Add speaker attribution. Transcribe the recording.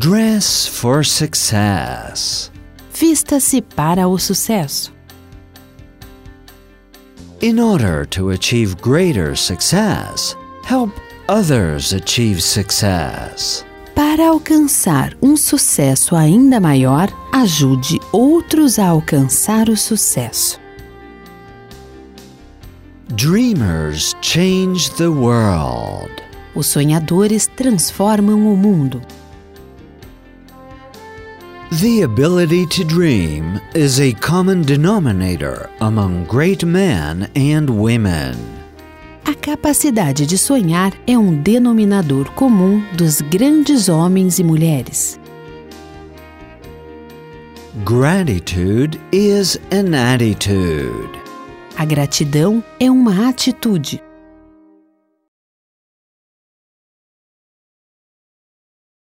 Speaker 1: Dress for success.
Speaker 2: Vista-se para o sucesso.
Speaker 1: In order to achieve greater success, help others achieve success.
Speaker 2: Para alcançar um sucesso ainda maior, ajude outros a alcançar o sucesso.
Speaker 1: Dreamers change the world.
Speaker 2: Os sonhadores transformam o mundo.
Speaker 1: The ability to dream is a common denominator among great men and women.
Speaker 2: A capacidade de sonhar é um denominador comum dos grandes homens e mulheres.
Speaker 1: Gratitude is an attitude.
Speaker 2: A gratidão é uma atitude.